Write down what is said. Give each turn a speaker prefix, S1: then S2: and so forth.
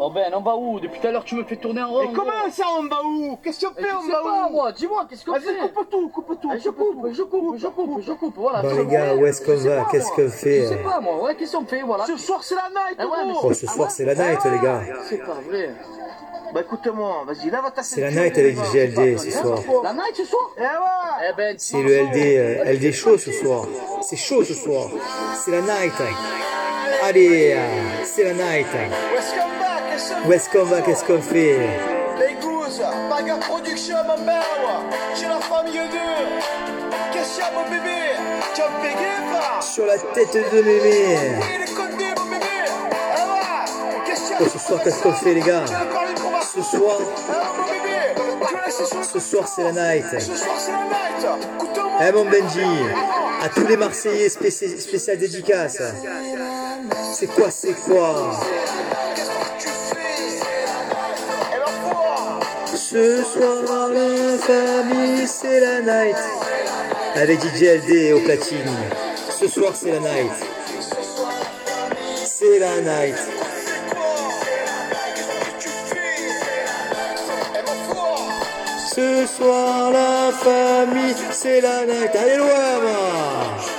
S1: Oh ben, en bas où Depuis tout à l'heure, tu me fais tourner en rond.
S2: Et comment ça en bas où Qu'est-ce qu'on
S1: Eh,
S2: fait
S1: Je
S2: en
S1: sais pas,
S2: bas où
S1: moi. Dis-moi, qu'est-ce qu'on
S2: Vas-y,
S1: fait
S2: coupe tout, Ah, coupe tout.
S1: Eh, Je coupe, je coupe, je coupe, je coupe. Voilà.
S3: Bon,
S1: je
S3: les
S1: sais
S3: gars,
S1: pas,
S3: où est-ce qu'on
S1: je sais
S3: va
S1: pas,
S3: Qu'est-ce
S1: moi.
S3: qu'on fait
S1: Je sais pas, moi. Ouais, qu'est-ce qu'on fait Voilà.
S2: Ce soir, c'est la night,
S1: Ah ouais, mais
S2: gros
S3: Oh, ce soir, c'est la night, les gars.
S1: C'est pas vrai.
S2: Bah écoute-moi, vas-y, lève ta
S3: C'est la night avec
S2: les
S3: GLD ce soir.
S1: La night ce soir
S2: Eh ouais
S1: Eh ben,
S3: C'est le LD, euh, LD chaud ce soir. C'est chaud ce soir. C'est la night. Allez, euh, c'est la night.
S2: Où est-ce qu'on va Qu'est-ce qu'on
S3: Où est-ce qu'on va Qu'est-ce qu'on fait
S2: Les gousses, Paga Production, mon père, j'ai la famille de. Qu'est-ce qu'il y a, mon bébé Tu as payé, pas
S3: Sur la tête de mémé.
S2: Oui, le condé, mon bébé Ah ouais Qu'est-ce qu'il y a
S3: Oh, ce soir, qu'est-ce qu'on fait, les gars
S2: Tu as parlé de combat
S3: Ce soir,
S2: Ah, mon bébé Tu as laissé sur le
S3: ce soir c'est la night.
S2: Ce soir, c'est la night Écoute-moi
S3: Eh mon Benji, à tous les Marseillais spéci- spécial dédicace. C'est quoi, c'est quoi
S2: Qu'est-ce que tu fais Et l'enfant
S3: Ce soir, la famille, c'est la night. Avec DJ LD au platine. Ce soir, c'est la night. C'est la night. Ce soir, la famille, c'est la night. Allez, loin, moi